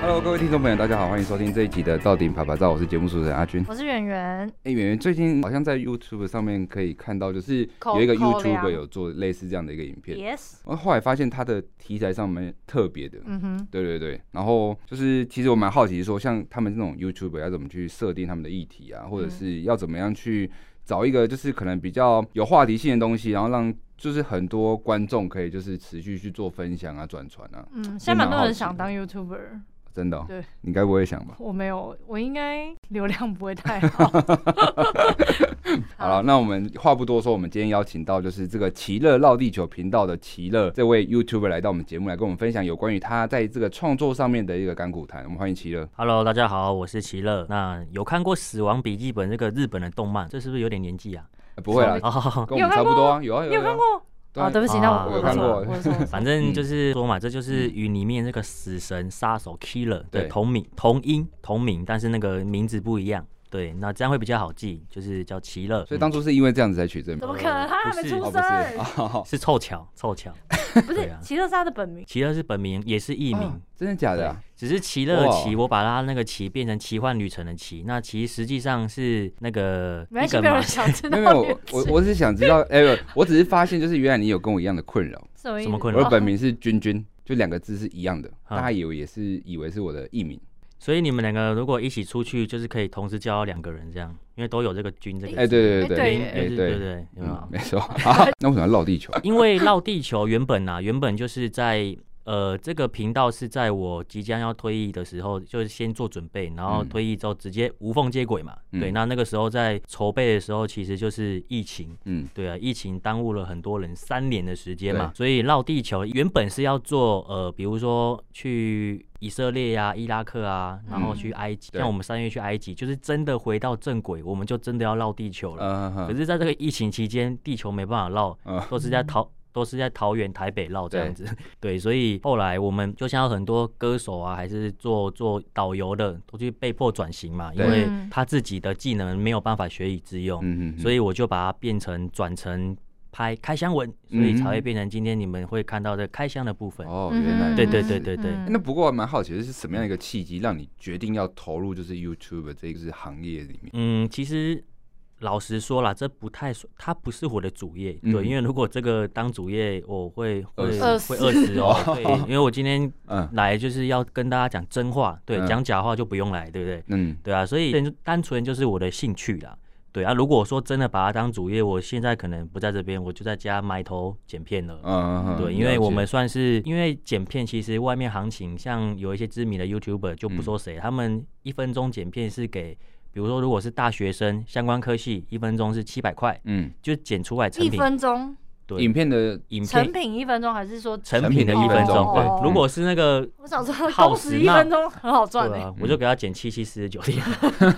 Hello，各位听众朋友，大家好，欢迎收听这一集的《到顶啪啪照》，我是节目主持人阿军。我是圆圆，哎、圆圆，最近好像在 YouTube 上面可以看到，就是口有一个口 YouTuber 粮有做类似这样的一个影片。 Yes，我后来发现他的题材上蛮特别的，嗯哼，对对对。然后就是，其实我蛮好奇说，像他们这种 YouTuber 要怎么去设定他们的议题啊，或者嗯是要怎么样去找一个就是可能比较有话题性的东西，然后让就是很多观众可以就是持续去做分享啊、转传啊，嗯，现在蛮多蛮好人奇想的当 YouTuber，真的、哦。对，你该不会想吧？我没有，我应该流量不会太好。好了，那我们话不多说，我们今天邀请到就是这个奇乐绕地球频道的奇乐这位 YouTuber 来到我们节目，来跟我们分享有关于他在这个创作上面的一个甘苦谈。我们欢迎奇乐。 Hello，大家好，我是奇乐。那有看过《死亡笔记本》这个日本的动漫，这是不是有点年纪啊？呃不会啦，哦， 跟我们差不多啊，有啊你啊有看过？对哦，啊对不起，那啊我我有的看错过了，我的错，我的错 反嗯正就是说嘛，这就是与里面这个死神杀手 Killer 对的同名同音同名，但是那个名字不一样。对，那这样会比较好记，就是叫奇乐。啊嗯所以当初是因为这样子才取这名怎，么可能？他还不没是出哦不是生，啊，嗯是凑巧，凑巧， 不对是啊奇乐是他的本名。奇乐是本名，也是艺名。哦真的假的啊？只是奇乐的奇，哇我把它那个奇变成奇幻旅程的奇，那其实实际上是那个没关一系，个没有马人想知 道没有你没有，的我 我字我只是想知道，哎，不我只是发现就是原来你有跟我一样的困扰，什么意什么思？困我扰的本名是君君，就两个字是一样的，啊大家以为也是以为是我的艺名。所以你们两个如果一起出去，就是可以同时叫到两个人这样，因为都有这个军这个哎，对对哎对对军，耶哎对对对，对，有没嗯有，？没错。好那为什么要绕地球？ 因为绕地球原本啊，原本就是在呃这个频道是在我即将要退役的时候，就是先做准备，然后嗯退役之后直接无缝接轨嘛。嗯对，那那个时候在筹备的时候，其实就是疫情。嗯，对啊，疫情耽误了很多人三年的时间嘛对，所以绕地球原本是要做呃，比如说去以色列呀、伊拉克啊，然后嗯去埃及，对像我们三月去埃及，就是真的回到正轨，我们就真的要绕地球了。嗯，可是，在这个疫情期间，地球没办法绕，嗯都是在 桃都是在桃园、台北绕这对样子， 对，所以后来我们就像有很多歌手啊，还是做做导游的，都去被迫转型嘛，因对为嗯他自己的技能没有办法学以致用，嗯嗯，所以以我就把它变成转成拍开箱文，所嗯以才会变成今天你们会看到的开箱的部分。哦，嗯原来哼对如对此哎对对对，嗯那不过蛮好奇的是什么样一个契机让你决定要投入就是 YouTube 这个行业里面？嗯，其实老实说啦，这不太算，它不是我的主业，嗯对，因为如果这个当主业，我会会饿死会饿死哦， 对，因为我今天嗯来就是要跟大家讲真话，对，嗯讲假话就不用来，对不对？嗯，对啊，所以单纯就是我的兴趣啦。对啊，如果说真的把它当主业，我现在可能不在这边，我就在家埋头剪片了。嗯对，因为我们算是因为剪片，其实外面行情像有一些知名的 YouTuber 就不说谁，他们一分钟剪片是给，比如说如果是大学生相关科系，一分钟是七百块，嗯，就剪出来成一品分钟对影片的影成片品哦一分钟，还是说？成品的成品一分的钟。一分钟对，如果是那个我想说，耗工时时一那分钟很好 赚欸对诶。啊，我就给他减七七四十九天。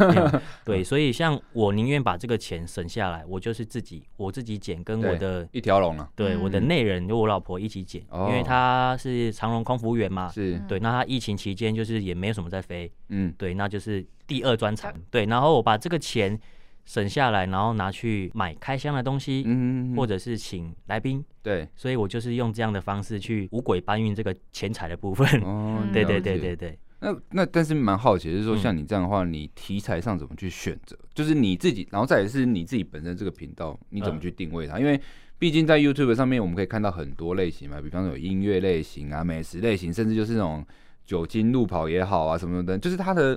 没有对，所以像我宁愿把这个钱省下来，我就是自己我自己减，跟我对的一条龙啊，对我的嗯内人就我老婆一起减，因哦为她是长荣空服务员嘛。是嗯对，那她疫情期间就是也没有什么在飞，嗯对，那就是第二专场。对，然后我把这个钱省下来，然后拿去买开箱的东西，嗯，或者者是请来宾。对所以我就是用这样的方式去五鬼搬运这个钱财的部分。嗯哦，嗯 对对对对。对。那那但是蛮好奇的是嗯说，像你这样的话，你题材上怎么去选择？就是你自己，然后再也是你自己本身这个频道，你怎么嗯去定位它？因为毕竟在 YouTube 上面，我们可以看到很多类型嘛，比方说有音乐类型啊、美食类型，甚至就是那种酒精路跑也好啊，什么什么的，就是它的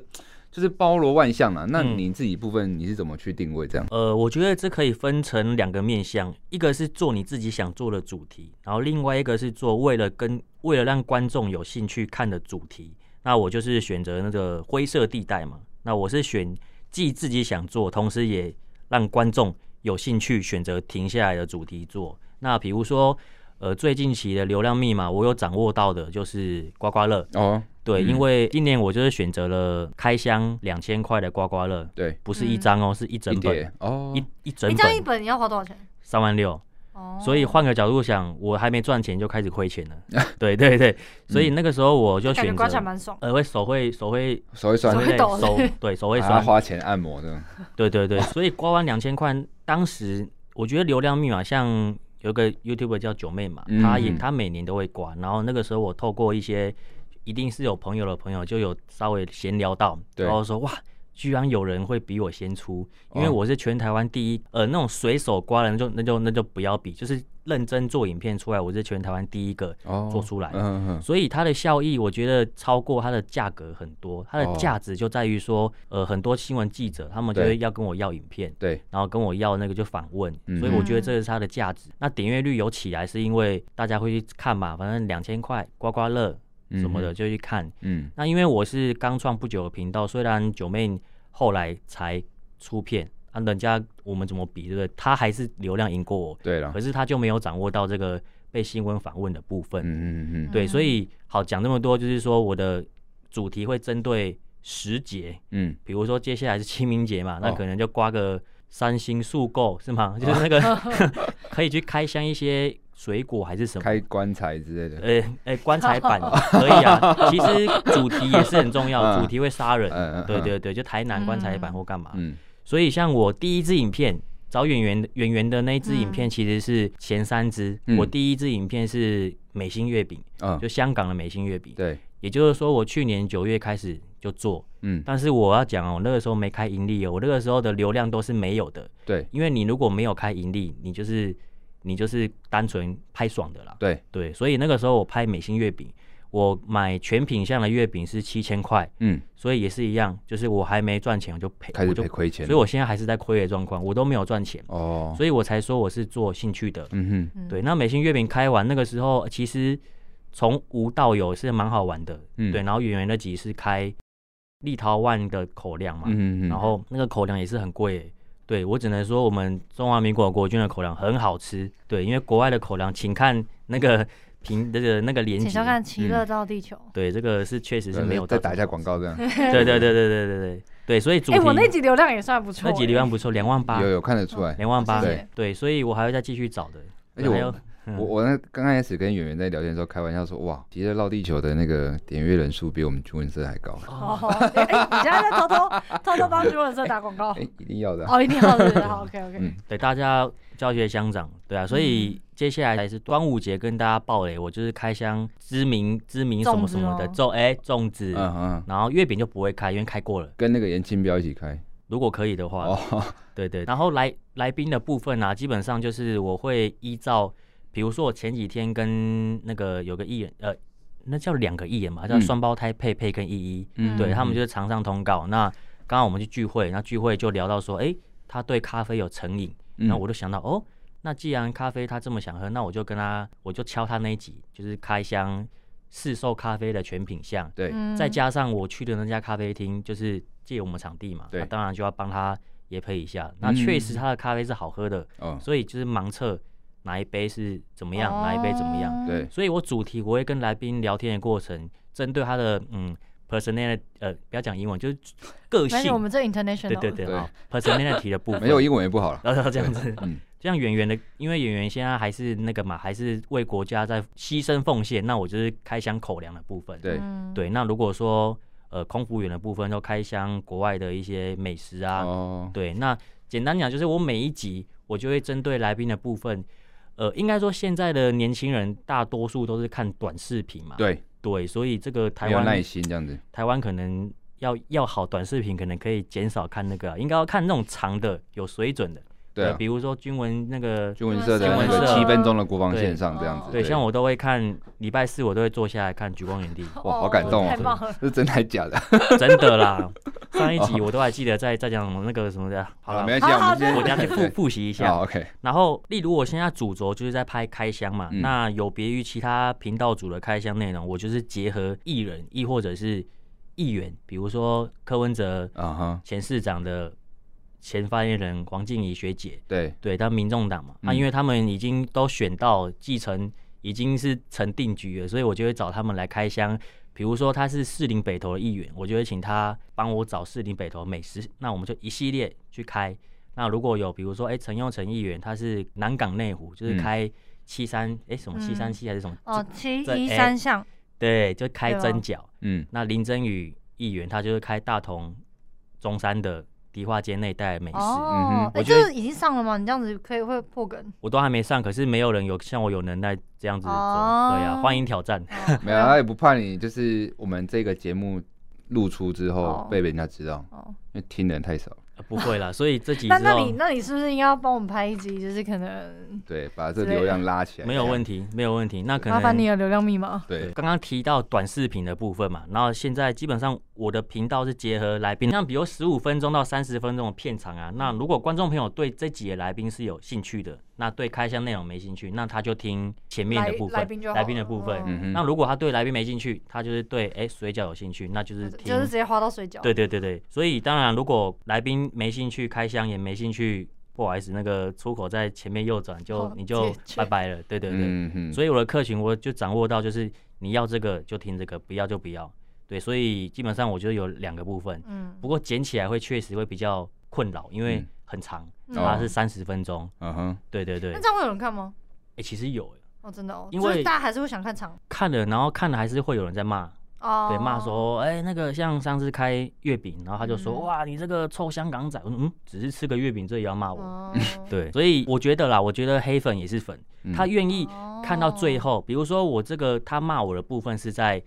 就是包罗万象啊。那嗯你自己部分你是怎么去定位这样？呃，我觉得这可以分成两个面向，一个是做你自己想做的主题，然后另外一个是做为了跟为了让观众有兴趣看的主题。那我就是选择那个灰色地带嘛，那我是选既自己想做，同时也让观众有兴趣选择停下来的主题做。那比如说，呃，最近期的流量密码，我有掌握到的就是刮刮乐，哦，对，嗯因为今年我就是选择了开箱两千块的刮刮乐，对，不是一张哦，是一一整本。叠哦，一一整一张一啊本本你要花多少钱？三万六，哦，所以换个角度想，我还没赚钱就开始亏钱了。对对对，所以那个时候我就感觉选刮起来择，蛮爽。呃，会手会手会手一酸手，会累抖手对手会还要酸，花钱按摩这样。对 对对，所以刮完两千块，当时我觉得流量密码像。有个 YouTube 叫九妹嘛，她也嗯她每年都会刮，然后那个时候我透过一些一定是有朋友的朋友就有稍微闲聊到，对然后说哇，居然有人会比我先出，因为哦我是全台湾第一，呃，那种随手刮的那就那就那就不要比，就是认真做影片出来，我是全台湾第一个哦做出来的。嗯嗯所以它的效益，我觉得超过它的价格很多。它的哦价值就在于说，呃，很多新闻记者他们就对会要跟我要影片，对，然后跟我要那个就访问，嗯所以我觉得这是它的价值。那点阅率有起来，是因为大家会去看嘛，反正两千块刮刮乐嗯什么的就去看。嗯那因为我是刚创不久的频道，虽然九妹后来才出片，啊，人家我们怎么比，对不对？她还是流量赢过我，对了可，是她就没有掌握到这个被新闻访问的部分。嗯嗯嗯对，所嗯以好讲这么多，就是说我的主题会针对时节，嗯比如说接下来是清明节嘛，那哦可能就刮个三星速购是吗？就是 那个可以去开箱一些水果还是什嗯，么。开棺材之类的，呃呃，棺材板可以啊。其实主题也是很重要， 嗯主题会杀人。嗯嗯，对嗯，对对，就台南棺材板嗯或干嘛。嗯所以像我第一支影片找演员演员的那一支影片，嗯其实是前三支。嗯我第一支影片是美心月饼，嗯，就香港的美心月饼。对，也就是说，我去年九月开始就做，嗯但是我要讲哦，那个时候没开盈利哦，我那个时候的流量都是没有的，对因为你如果没有开盈利，你就是你就是单纯拍爽的啦。对，对，所以那个时候我拍美心月饼，我买全品相的月饼是七千块，嗯，所以也是一样，就是我还没赚钱我就赔，开始我就赔，亏钱所以，我现在还是在亏的状况，我都没有赚钱，哦，所以我才说我是做兴趣的。嗯哼，嗯对，那美心月饼开完那个时候，其实从无到有是蛮好玩的。嗯对，然后演员那集是开立陶宛的口粮嘛，嗯嗯，然后那个口粮也是很贵欸。对我只能说，我们中华民国国军的口粮很好吃。对，因为国外的口粮，请看那个评那个那个连请接收。看《奇嗯乐到地球》对，这个是确实是没有呃再到打一下广告这 样，这么。对对对对对对对对，所以主题哎，我那集流量也算不错欸，那集流量不错，两万八有，有看得出来，两万八。谢谢对，所以我还要再继续找的。而且哦还我有嗯我我那刚开始跟演员在聊天的时候开玩笑说，哇，其实绕地球的那个点阅人数比我们军文社还高，哦，哎，你现在在偷 偷偷偷帮朱文社打广告哎、？一定要的啊、 哦，一定要的，好，OK OK，嗯对，大家教学相长，对啊，所以接下来是端午节跟大家爆雷，我就是开箱知名知名什么什么的粽子哦粽，哎、粽子，嗯嗯，然后月饼就不会开，因为开过了，跟那个严清标一起开，如果可以的话，哦，对对，然后来来宾的部分啊，基本上就是我会依照，比如说我前几天跟那个有个艺人，呃，那叫两个艺人嘛，叫嗯双胞胎佩佩跟依依，嗯对他们就是常上通告，那刚刚我们去聚会，那聚会就聊到说，哎、他对咖啡有成瘾。嗯然后我就想到，哦，那既然咖啡他这么想喝，那我就跟他，我就敲他那一集，就是开箱试售咖啡的全品项，对，嗯再加上我去的那家咖啡厅，就是借我们场地嘛，对嗯那当然就要帮他也配一下。那确实他的咖啡是好喝的，哦，所以就是盲测哪一杯是怎么样，哪一杯怎么样。哦对，所以我主题我会跟来宾聊天的过程，针对他的嗯 personality，呃，不要讲英文，就是个没事，我性，们哦这 international，对对对，对好 personality 的部分，没有英文也不好了，然后这样子，嗯就像演员的，因为演员现在还是那个嘛，还是为国家在牺牲奉献，那我就是开箱口粮的部分。对，嗯对，那如果说呃空服员的部分，就开箱国外的一些美食啊，哦，对，那简单讲就是我每一集我就会针对来宾的部分，呃，应该说现在的年轻人大多数都是看短视频嘛，对，对，所以这个啊台没有耐湾心这样子，台湾可能。要要好短视频，可能可以减少看那个啊、应该要看那种长的、有水准的。对啊比，如说军文那个军文社的军那啊文个社七分钟的国防对线上这样子，对，像我都会看礼拜四，我都会坐下来看《举光原地哦哇好感动哦太棒了，这是真的还假的？》， 真 的啦。上一集我都还记得在在讲那个什么的，好了，哦啊没关系，好好我们先我等下 去复复习一好下。 ，OK，然后，例如我现在主轴就是在拍开箱嘛，嗯那有别于其他频道组的开箱内容，我就是结合艺人，亦或者是议员，比如说柯文哲啊哈，前市长的前发言人黄静怡学姐，对，对，但民众党嘛，那、嗯因为他们已经都选到继承，已经是成定局了，所以我就会找他们来开箱。比如说他是士林北投的议员，我就会请他帮我找士林北投美食，那我们就一系列去开。那如果有比如说，哎、陈佑成议员他是南港内湖，就是嗯开七三、哎什么七三七还是什么，哦，七这一哎三项，对，就开对哦蒸饺。嗯那林真宇议员他就是开大同中山的迪化街那一带的美食。嗯哼哦，我哎，觉这得个已经上了吗？你这样子可以会破梗。我都还没上，可是没有人有像我有能耐这样子走。哦对呀、欢迎挑战。 哦没有，他也不怕你，就是我们这个节目露出之后哦被人家知道，哦因为听的人太少。呃不 会啦，所以这集那之那后你那你是不是应该要帮我们拍一集？就是可能对，把这流量拉起来，没有问题。题，没有问题。那可麻烦你能的流量密码。对，刚刚提到短视频的部分嘛，然后现在基本上我的频道是结合来宾，像比如十五分钟到三十分钟的片长啊。那如果观众朋友对这集的来宾是有兴趣的，那对开箱内容没兴趣，那他就听前面的来部分，来宾就好的了部分。嗯哼，那如果他对来宾没兴趣，他就是对哎、水饺有兴趣，那就是听就是直接滑到水饺。对对对对，所以当然，如果来宾没兴趣开箱，也没兴趣，不好意思，那个出口在前面右转就好你就解决拜拜了。对对对，嗯哼，所以我的客群我就掌握到，就是你要这个就听这个，不要就不要。对，所以基本上我觉得有两个部分，嗯，不过剪起来会确实会比较困扰，因为嗯哦很长，嗯它是三十分钟。嗯哼，对对对，那哎、这样会有人看吗？其实有哦，真的哦，因就为是大家还是会想看场看了，然后看了还是会有人在骂。哦，对，骂说，哎、那个像上次开月饼，然后他就说，嗯哇，你这个臭香港仔，我说嗯，只是吃个月饼，这也要骂我？哦， 对，所以我觉得啦，我觉得黑粉也是粉，嗯他愿意哦看到最后，比如说我这个他骂我的部分是在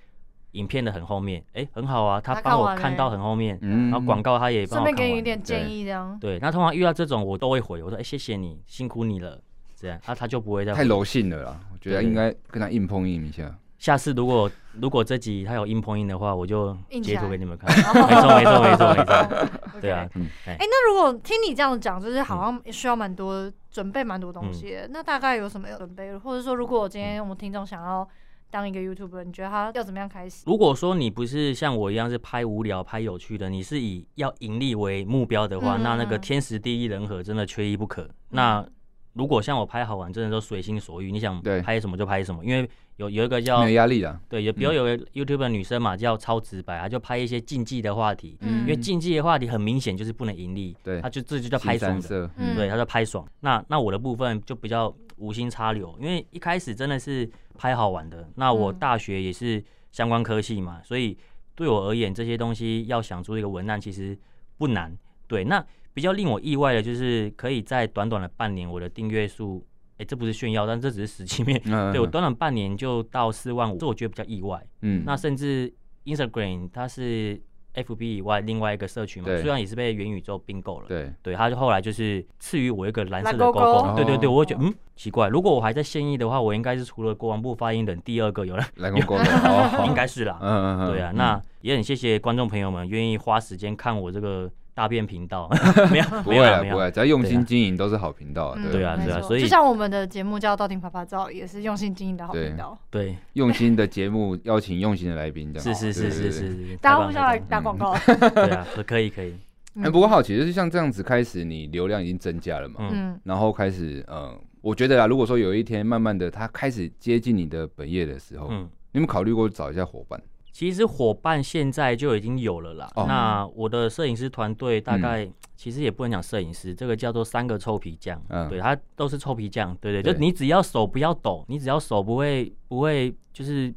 影片的很后面，哎、很好啊，他他帮看我完看嘞到很后面，嗯然后广告他也帮顺我看便完给你了一点建议，这样对，那通常遇到这种我都会回，我说，哎、谢谢你，辛苦你了，这样，啊，他就不会再太回。柔性了啦，我觉得应该跟他硬碰硬一下。下次如果如果这集他有硬碰硬的话，我就硬起截图来给你们看。没错没错没错没错，哦 OK 对啊。，哎，那如果听你这样讲，就是好像需要蛮多准备，蛮多东西嗯的。那大概有什么准备？或者说，如果今天我们听众想要当一个 YouTuber，你觉得他要怎么样开始？如果说你不是像我一样是拍无聊、拍有趣的，你是以要盈利为目标的话，嗯那那个嗯天时地利人和真的缺一不可。那如果像我拍好玩，真的都随心所欲，你想对拍什么就拍什么，因为有有一个没叫有嗯压力啦，对，有比如有个 YouTube 女生嘛，叫超直白，她就拍一些禁忌的话题，嗯因为竞技的话题很明显就是不能盈利，对她就这就叫拍新三爽的。色，嗯对，他在拍爽。那那我的部分就比较无心插柳，因为一开始真的是拍好玩的。那我嗯大学也是相关科系嘛，所以对我而言，这些东西要想出一个文案其实不难。对，那比较令我意外的就是，可以在短短的半年，我的订阅数，哎、这不是炫耀，但这只是实际面。嗯，对我短短半年就到四万五，这我觉得比较意外。嗯，那甚至 Instagram 它是 FB 以外另外一个社群嘛，对虽然也是被元宇宙并购了，对，对，他就后来就是赐予我一个蓝色蓝的勾勾勾勾，对对对，哦我会觉得嗯奇怪，如果我还在现役的话，我应该是除了国防部发言人第二个有人，来公公的，哦， 应，该是啦，嗯嗯嗯，对啊，那也很谢谢观众朋友们愿意花时间看我这个大便频 道，没有不会没有啦啦没嗯不有会啦，啦，只要用对啊心经营都是好频道啊，嗯对啊没对啊错所以就像我们的节目叫《道听啪啪照》，也是用心经营的好对频道，对，用心的节目邀请用心的来宾，这是样是是对是对是，是大家互相来太打广告。棒了太棒了 对啊，可可以可以，哎、不过好奇就是像这样子开始，你流量已经增加了嘛，嗯嗯，然后开始，呃，我觉得啊，如果说有一天慢慢的它开始接近你的本业的时候，嗯。你有没有考虑过找一下伙伴？其实伙伴现在就已经有了啦。哦那我的摄影师团队大概、其实也不能讲摄影师，这个叫做三个臭皮匠，嗯对，他都是臭皮匠，对对，对就你只要手不要抖，你只要手不会不会就是。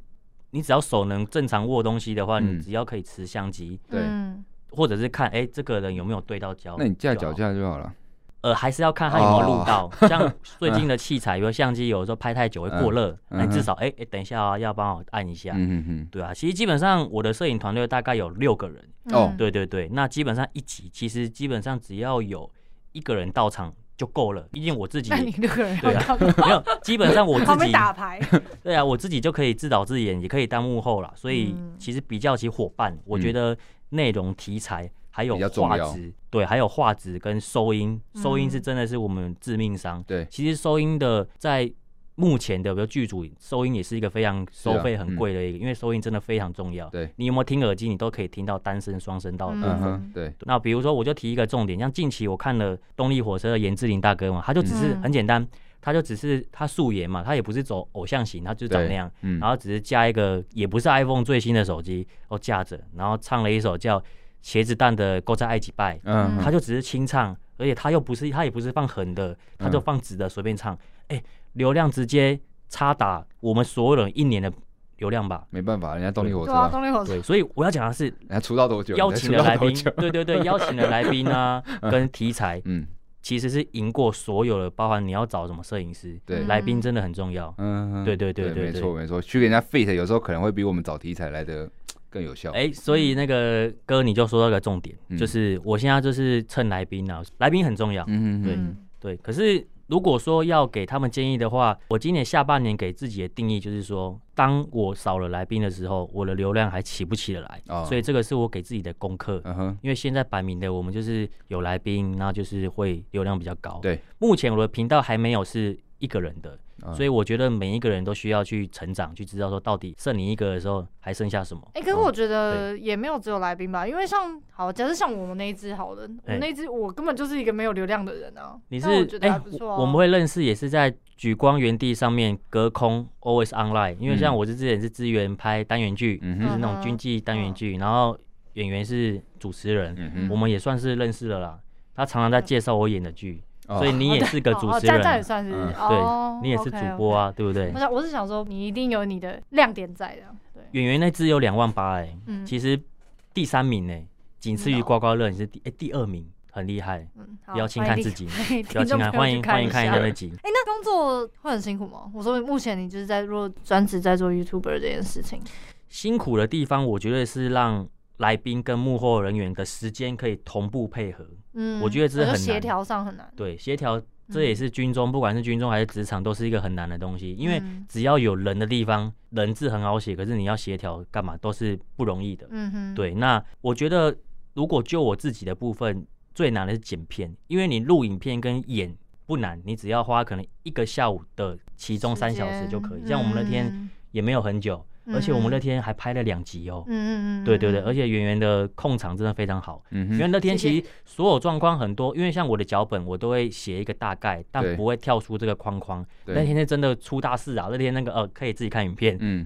你只要手能正常握东西的话，嗯你只要可以持相机，对嗯或者是看哎、这个人有没有对到焦，那你架就脚好架就好了。呃，还是要看他有没有录哦到。像最近 的器材，比如相机，有时候拍太久会过热，嗯那嗯你至哼少哎哎、等一下、啊、要帮我按一下，嗯哼哼，对啊，其实基本上我的摄影团队大概有六个人，哦嗯对对对，那基本上一集其实基本上只要有一个人到场就够了，毕竟我自己那你也六个人对啊 要干嘛没有，基本上我 自旁边己打牌，对啊，我自己就可以自导自演，也可以当幕后啦，所以嗯其实比较起伙伴，我觉得内容题材。还有嗯比较重画要质，对，还有画质跟收音，收音是嗯真的是我们致命伤。对，其实收音的在目前的比如剧组收音也是一个非常收费很贵的一个，因为收音真的非常重要。啊嗯对，你有没有听耳机，你都可以听到单声、双声道的部分。嗯哼嗯，对，那比如说，我就提一个重点，像近期我看了动力火车的严志林大哥嘛，他就只是嗯很简单，他就只是他素颜嘛，他也不是走偶像型，他就是长对那样，嗯，然后只是架一个也不是 iPhone 最新的手机，哦架着，然后唱了一首叫《茄子蛋的勾在爱几拜》，嗯他就只是清唱，而且他又不是他也不是放横的，他就嗯放直的随便唱，哎、流量直接插打我们所有人一年的流量吧。没办法，人家动力火车对啊，啊，动力火车对，所以我要讲的是人家出道多久，邀你才请出的来道多宾久？，对 对对，邀请的来宾啊，跟题材嗯其实是赢过所有的，包含你要找什么摄影师，对来宾真的很重要。嗯，对对对对没对错没错，去给人家 fit 有时候可能会比我们找题材来的更有效。哎，所以那个哥你就说到一个重点，嗯就是我现在就是趁来宾啊，来宾很重要，嗯，嗯嗯嗯对。可是如果说要给他们建议的话，我今年下半年给自己的定义就是说，当我少了来宾的时候，我的流量还起不起得来，哦所以这个是我给自己的功课。嗯哼，因为现在摆明的，我们就是有来宾，那就是会流量比较高。对，目前我的频道还没有是一个人的，嗯所以我觉得每一个人都需要去成长，去知道说到底剩你一个的时候还剩下什么。哎、可是我觉得也没有只有来宾吧，因为像好，假设像我们那一只好了，我哎们那一只我根本就是一个没有流量的人啊。你是哎但我觉得还不错、啊我我们会认识也是在举光原地上面隔空 always online，因为像我是之前是支援拍单元剧，嗯就哼是那种军纪单嗯元剧，然后演员是主持人，嗯哼我们也算是认识了啦。他常常在介绍我演的剧，哦所以你也是个嗯哦主哦持这样人这，样也算是、嗯哦，对你也是主播啊。啊，对不对我？想我是想说，你一定有你的亮点在的啊。对，演员那支有两万八哎，嗯哦其实第三名呢，仅次于刮刮乐，你是第哎、第二名，很 厉害，嗯，好不要轻看自，己，欢迎听不要轻看，欢 迎欢迎看一下那。听众朋友去集。哎、那工作会很辛苦吗？我说目前你就是在做专职在做 YouTuber 这件事情，辛苦的地方，我觉得是让来宾跟幕后人员的时间可以同步配合，嗯，我觉得这我就很难协调上很难，对，协嗯调这也是军中，不管是军中还是职场，都是一个很难的东西，因为嗯只要有人的地方，人字很好写，可是你要协调干嘛都是不容易的。嗯哼，对，那我觉得如果就我自己的部分，最难的是剪片，因为你录影片跟演不难，你只要花可能一个下午的其中三小时就可以。时间像我们那天嗯也没有很久，而且我们那天还拍了两集哦。嗯嗯嗯，对对对，嗯而且演员的控场真的非常好，嗯因为哼，那天谢谢其实所有状况很多，因为像我的脚本我都会写一个大概，但对不会跳出这个框框。对那天是真的出大事啊！那天那个呃，可以自己看影片，嗯，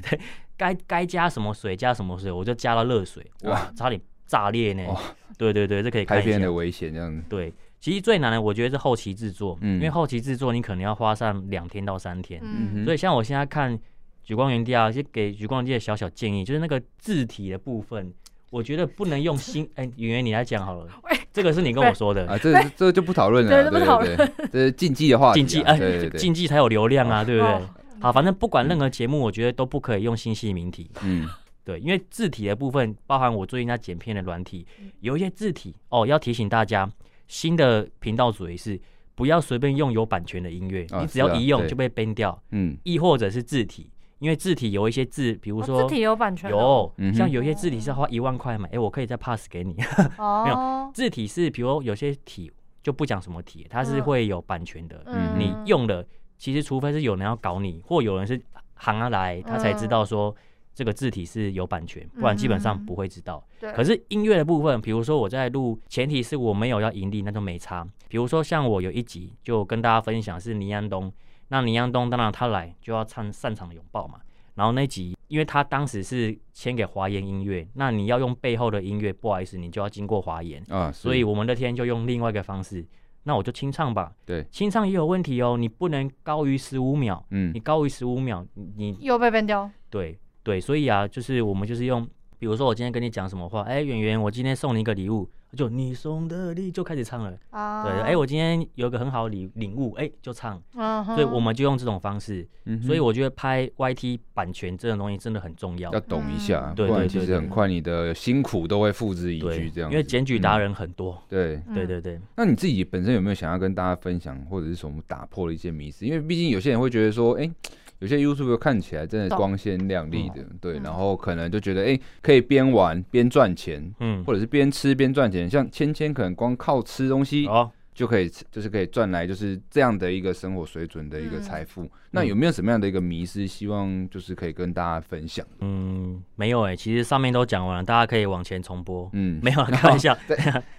该该加什么水加什么水，我就加了热水，哇，差点炸裂呢哦。对对对，这可以看开一片下的。危险这样子，对，其实最难的我觉得是后期制作，嗯因为后期制作你可能要花上两天到三天。嗯嗯哼，所以像我现在看《举光原地》啊，就给《举光原地》的小小建议，就是那个字体的部分，我觉得不能用新。哎，演员你来讲好了，这个是你跟我说的。啊，这这就不讨论了啊，对对不讨对对，这是禁忌的话题啊， 禁忌哎对对嗯对，竞技才有流量啊，对不对哦？好，反正不管任何节目，我觉得都不可以用新系名体。嗯，对，因为字体的部分，包含我最近在剪片的软体，嗯有一些字体哦，要提醒大家，新的频道主也是不要随便用有版权的音乐，啊你只是要啊一用对就被 ban 掉，嗯亦或者是字体，因为字体有一些字，比如哦说字体有版权哦，有嗯，哼像有一些字体是要花一万块买，诶，我可以再 pass 给你。 没哦，字体是，比如有些体就不讲什么体，它是嗯会有版权的，嗯你用了，其实除非是有人要搞你，或有人是行啊来，他才嗯知道说这个字体是有版权，不然基本上不会知道。对，可是音乐的部分，比如说我在录，前提是我没有要盈利，那就没差。比如说像我有一集就跟大家分享是倪安东，那倪安东当然他来就要唱擅长拥抱嘛。然后那集，因为他当时是签给华研音乐，那你要用背后的音乐，不好意思，你就要经过华研。啊，所以我们那天就用另外一个方式，那我就清唱吧。对清唱也有问题哦，你不能高于十五秒，嗯你高于十五秒，你你又被 ban 掉，对对，所以啊，就是我们就是用，比如说我今天跟你讲什么话，哎，圆圆，我今天送你一个礼物，就你送的礼就开始唱了。啊，对，哎，，我今天有一个很好的礼领悟，哎，就唱。嗯哼，所以我们就用这种方式，嗯哼所以我觉得拍 YT 版权这种东西真的很重要要。懂一下，嗯对不然对其对实对很快你的辛苦都会付之一对炬，，这样因子，为检举达嗯人很多。对，嗯对对对，那你自己本身有没有想要跟大家分享，或者是什么打破了一些迷思？因为毕竟有些人会觉得说，哎、有些 YouTube 看起来真的懂光鲜亮丽的，对，嗯然后可能就觉得，哎、可以边玩边赚钱，嗯，或者是边吃边赚钱。像芊芊可能光靠吃东西好。就可以吃，就是可以赚来就是这样的一个生活水准的一个嗯财富。那有没有什么样的一个迷思，希望就是可以跟大家分享？嗯，没有哎、其实上面都讲完了，大家可以往前重播。嗯，没有 啦，开玩笑。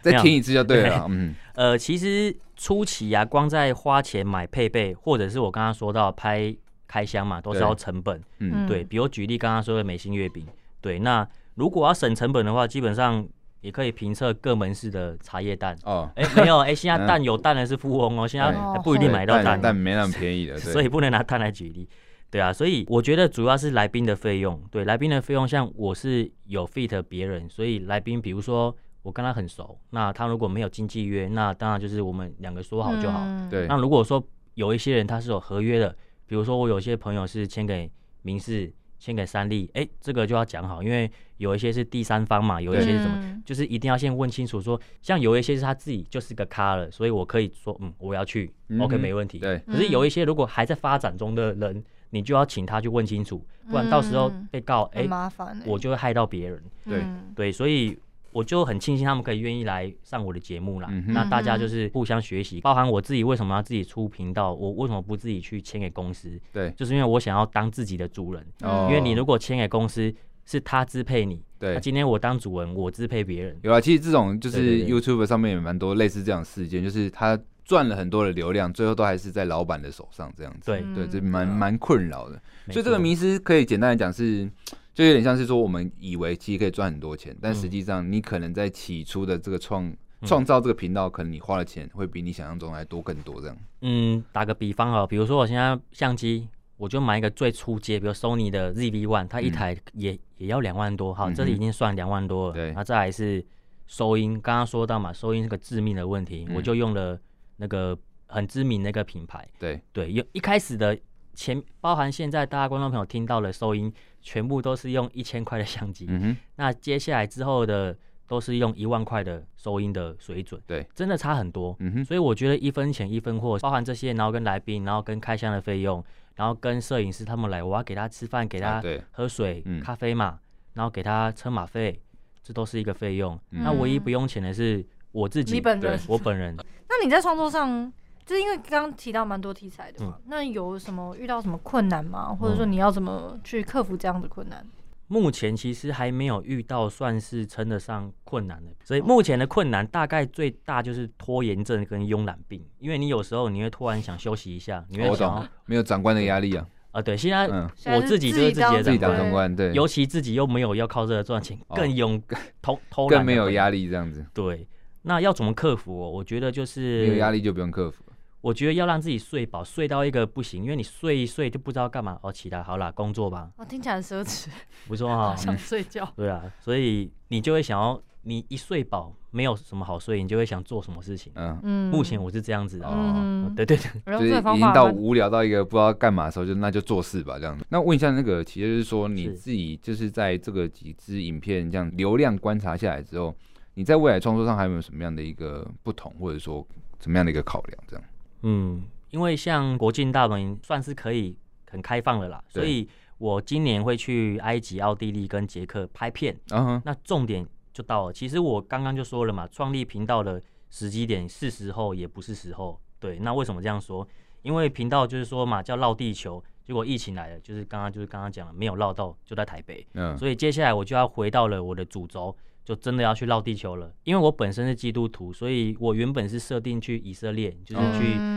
再没有听一次就对 了。嗯呃，其实初期啊，光在花钱买配备，或者是我刚刚说到拍开箱嘛，都是对要成本。嗯，对，比如举例刚刚说的美心月饼，对，那如果要省成本的话，基本上也可以评测各门市的茶叶蛋。哦，哎、没有，哎、现在蛋有蛋的是富翁哦，现在对还不一定买到但蛋， 但没那么便宜的，对所以不能拿蛋来举例。对啊，所以我觉得主要是来宾的费用，对来宾的费用，像我是有 fit 别人，所以来宾比如说我跟他很熟，那他如果没有经纪约，那当然就是我们两个说好就好。嗯对那如果说有一些人他是有合约的，比如说我有些朋友是签给民事，签给三立，哎、这个就要讲好，因为有一些是第三方嘛，有一些是什么，嗯就是一定要先问清楚说像有一些是他自己就是个咖了，所以我可以说，嗯，我要去、嗯哼 o k 没问题。对，可嗯是有一些如果还在发展中的人，你就要请他去问清楚，不然到时候嗯被告，哎、很麻烦欸。我就会害到别人。对嗯对，所以我就很庆幸他们可以愿意来上我的节目啦。嗯哼那大家嗯哼就是互相学习，包含我自己为什么要自己出频道，我为什么不自己去签给公司，对，就是因为我想要当自己的主人。哦因为你如果签给公司，是他支配你，那对。今天我当主人，我支配别人。有啊，其实这种就对是对 YouTube 上面也蛮多类似这样的事件，就是他赚了很多的流量，最后都还是在老板的手上这样子。对，对，这嗯蛮对啊蛮困扰的。没所以这个错迷失可以简单来讲是，就有点像是说我们以为其实可以赚很多钱，但嗯实际上你可能在起初的这个创创造这个频道，可能你花的钱会比你想象中还多更多这样。嗯，打个比方啊，比如说我现在相机，我就买一个最初阶，比如 Sony 的 ZV One，它一嗯台也、也要两万多，好，这嗯里哼已经算两万多了。对然后再来是收音，刚刚说到嘛，收音是个致命的问题，我嗯就用了那个很知名的一个品牌，对，对，有一开始的前包含现在大家观众朋友听到的收音，全部都是用一千块的相机，嗯哼，那接下来之后的都是用一万块的收音的水准，对，真的差很多。嗯哼，所以我觉得一分钱一分货，包含这些，然后跟来宾，然后跟开箱的费用，然后跟摄影师他们来，我要给他吃饭，给啊他对，喝水、嗯咖啡嘛，然后给他车马费，这都是一个费用。嗯那唯一不用钱的是我自己，你本人对，我本人。那你在创作上，就是因为刚刚提到蛮多题材的嗯嘛，那有什么遇到什么困难吗？或者说你要怎么去克服这样的困难？目前其实还没有遇到算是称得上困难的，所以目前的困难大概最大就是拖延症跟慵懒病，因为你有时候你会突然想休息一下，你会哦我想要懂，没有长官的压力啊，啊，对，现在嗯，现在我自己就是自己当的自己长当官长官，对，尤其自己又没有要靠这个赚钱，哦更勇偷偷 懒更没有力。压力这样子，对，那要怎么克服、哦？我觉得就是没有压力就不用克服。我觉得要让自己睡饱，睡到一个不行，因为你睡一睡就不知道干嘛。哦，起来好啦，工作吧，哦，听起来很奢侈，不错哈、好想睡觉。对啊，所以你就会想要，你一睡饱没有什么好睡，你就会想做什么事情。嗯，嗯，目前我是这样子的、哦哦嗯，对对对，我就用是这个已方经法到蛮无聊到一个不知道干嘛的时候，就那就做事吧这样子。那问一下那个，其实就是说你是自己就是在这个几支影片这样流量观察下来之后，你在未来创作上还有没有什么样的一个不同，或者说什么样的一个考量？这样，嗯，因为像国境大门算是可以很开放了啦，所对以我今年会去埃及、奥地利跟捷克拍片。嗯哼，那重点就到了，其实我刚刚就说了嘛，创立频道的时机点是时候，也不是时候。对，那为什么这样说？因为频道就是说嘛，叫绕地球，结果疫情来了，就是刚刚就是刚刚讲了，没有绕到，就在台北。嗯，所以接下来我就要回到了我的主轴，就真的要去绕地球了。因为我本身是基督徒，所以我原本是设定去以色列，就是去、嗯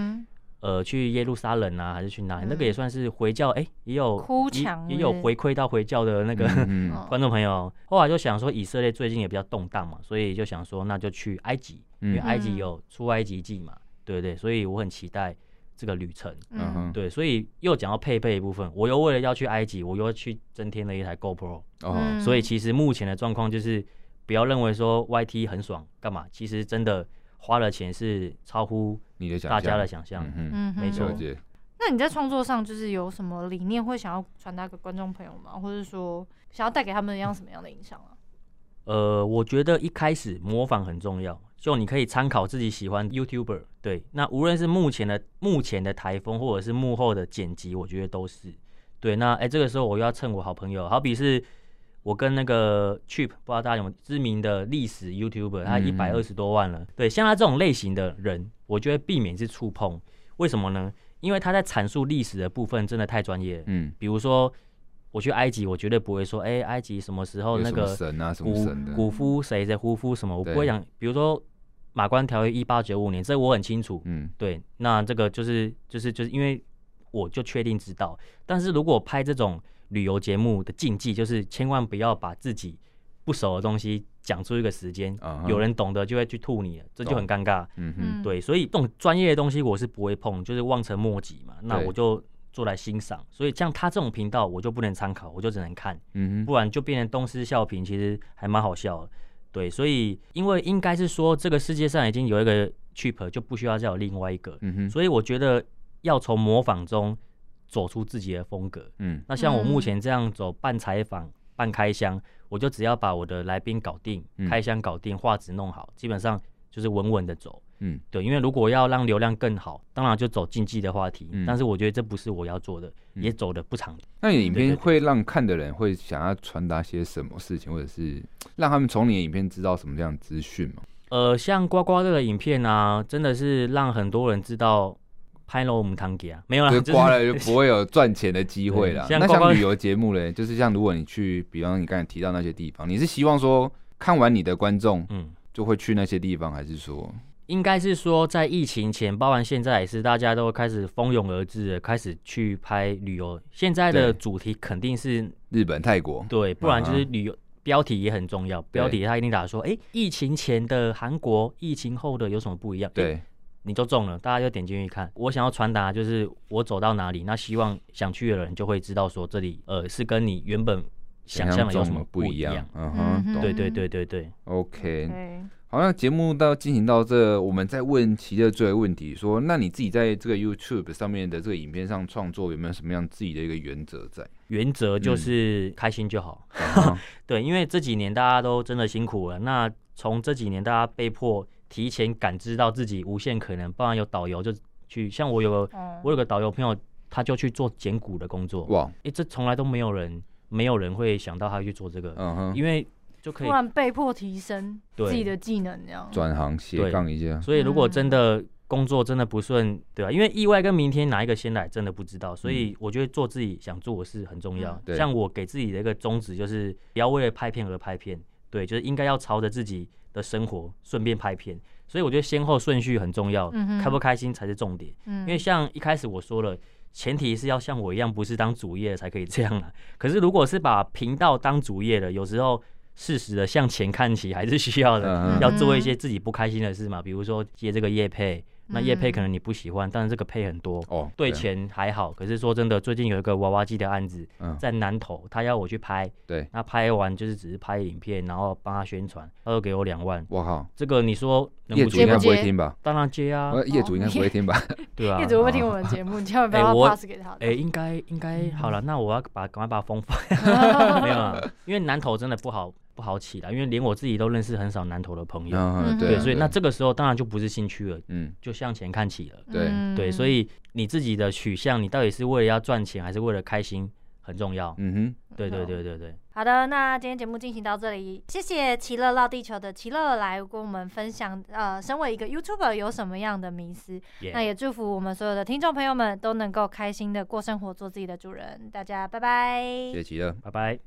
呃去耶路撒冷啊，还是去哪里？那嗯个也算是回教，哎、也有哭也墙也是有不是回馈到回教的那个、嗯嗯哦观众朋友，后来就想说以色列最近也比较动荡嘛，所以就想说那就去埃及，因为嗯埃及有出埃及记嘛，对对，所以我很期待这个旅程。嗯哼，对，所以又讲到配备的部分，我又为了要去埃及，我又去增添了一台 GoPro，、嗯哦，所以其实目前的状况就是，不要认为说 YT 很爽干嘛，其实真的花了钱是超乎你的想大家的象，想象。嗯哼，嗯哼没错了解。那你在创作上就是有什么理念会想要传达给观众朋友吗？或者说想要带给他们一样什么样的影响啊？呃，我觉得一开始模仿很重要，就你可以参考自己喜欢 YouTuber。对，那无论是目前的目前的台风，或者是幕后的剪辑，我觉得都是对。那哎、这个时候我又要趁我好朋友，好比是我跟那个 Chip，不知道大家有没有知名的历史 YouTuber，他嗯一嗯百二十多万了。对，像他这种类型的人，我就会避免去触碰。为什么呢？因为他在阐述历史的部分真的太专业了。嗯，比如说，我去埃及，我绝对不会说，哎、埃及什么时候有那什么个神啊，什么古神的，古夫谁谁胡夫什么，我不对会讲。比如说《马关条约》一八九五年，这我很清楚。嗯，对，那这个就是就是就是因为我就确定知道。但是如果拍这种旅游节目的禁忌，就是千万不要把自己不熟的东西讲出一个时间啊哈有人懂得就会去吐你了，这就很尴尬。嗯哼，对，所以这种专业的东西我是不会碰，就是望尘莫及嘛。那对我就做来欣赏。所以像他这种频道，我就不能参考，我就只能看，嗯哼，不然就变成东施效颦，其实还蛮好笑的。对，所以因为应该是说这个世界上已经有一个 cheap，就不需要再有另外一个。嗯哼，所以我觉得要从模仿中走出自己的风格。嗯那像我目嗯前这样走半采访、半开箱，我就只要把我的来宾搞定，嗯开箱搞定，画质弄好，基本上就是稳稳的走。嗯对，因为如果要让流量更好，当然就走竞技的话题，嗯但是我觉得这不是我要做的，嗯也走的不长。那你的影对对片对会让看的人会想要传达些什么事情，或者是让他们从你的影片知道什么样的资讯吗？呃，像刮刮乐的影片啊，真的是让很多人知道拍了我们堂给啊，没有啦，就是就是刮了就不会有赚钱的机会啦。 对像那刮刮像旅游节目嘞，就是像如果你去，比方你刚才提到那些地方，你是希望说看完你的观众嗯。就会去那些地方，还是说，应该是说，在疫情前，包含现在也是，大家都开始蜂拥而至了，开始去拍旅游。现在的对主题肯定是日本、泰国？对，不然就啊是旅游、标题也很重要。标题他一定打说，哎、疫情前的韩国，疫情后的有什么不一样？诶，对，你就中了，大家就点进去看。我想要传达就是我走到哪里，那希望想去的人就会知到说这里，呃，是跟你原本想象的有中什么不不一样样？。嗯嗯哼，哼懂。对对对对对， OK，对，好，那节目到进行到这，我们再问奇乐最后一个问题，说，那你自己在这个 YouTube 上面的这个影片上创作，有没有什么样自己的一个原则在？原则就是开心就好。啊 对，因为这几年大家都真的辛苦了。那从这几年大家被迫提前感知到自己无限可能，不然有导游就去，像我有个哦，我有个导游朋友，他就去做捡骨的工作。哇，诶，这从来都没有人没有人会想到他去做这个，嗯哼，因为就可以突然被迫提升对自己的技能，这样，转行斜杠一下，所以如嗯果真的工作真的不顺，对吧、因为意外跟明天哪一个先来真的不知道，所以我觉得做自己想做的事很重要嗯。对像我给自己的一个宗旨就是不要为了拍片而拍片，对，就是应该要朝着自己的生活顺便拍片。所以我觉得先后顺序很重要，嗯哼开不开心才是重点。嗯，因为像一开始我说了，前提是要像我一样不是当主业才可以这样啊。可是如果是把频道当主业的，有时候适时的向前看齐还是需要的。嗯 要哼，做一些自己不开心的事嘛，比如说接这个业配，那业嗯配可能你不喜欢，但是这个配很多，哦，对，钱还好。可是说真的，最近有一个娃娃机的案子嗯，在南投，他要我去拍，对，那拍完就是只是拍影片，然后帮他宣传，他又给我两万，我靠，这个你说能业不主接应该吗？不会听吧？当然接啊，呃业主应该不会听吧？对啊业。主会不会听我们节 目，你千万不哎要我 pass 给他的。嗯哎、应该应该好了，那我要把赶快把它封封， 没有啊，因为南投真的不好不好起来，因为连我自己都认识很少南投的朋 友，嗯，嗯对哦对，啊，所以那对这个时候当然就不是新区了，嗯，就向前看齐了。对嗯对，所以你自己的取向，你到底是为了要赚钱，还是为了开心，很重要。嗯对对好对对对，好的，那今天节目进行到这里，谢谢奇乐绕地球的奇乐来跟我们分享，呃，身为一个 YouTuber 有什么样的迷思？耶那也祝福我们所有的听众朋友们都能够开心的过生活，做自己的主人。大家拜拜，哼，谢谢奇乐。拜拜。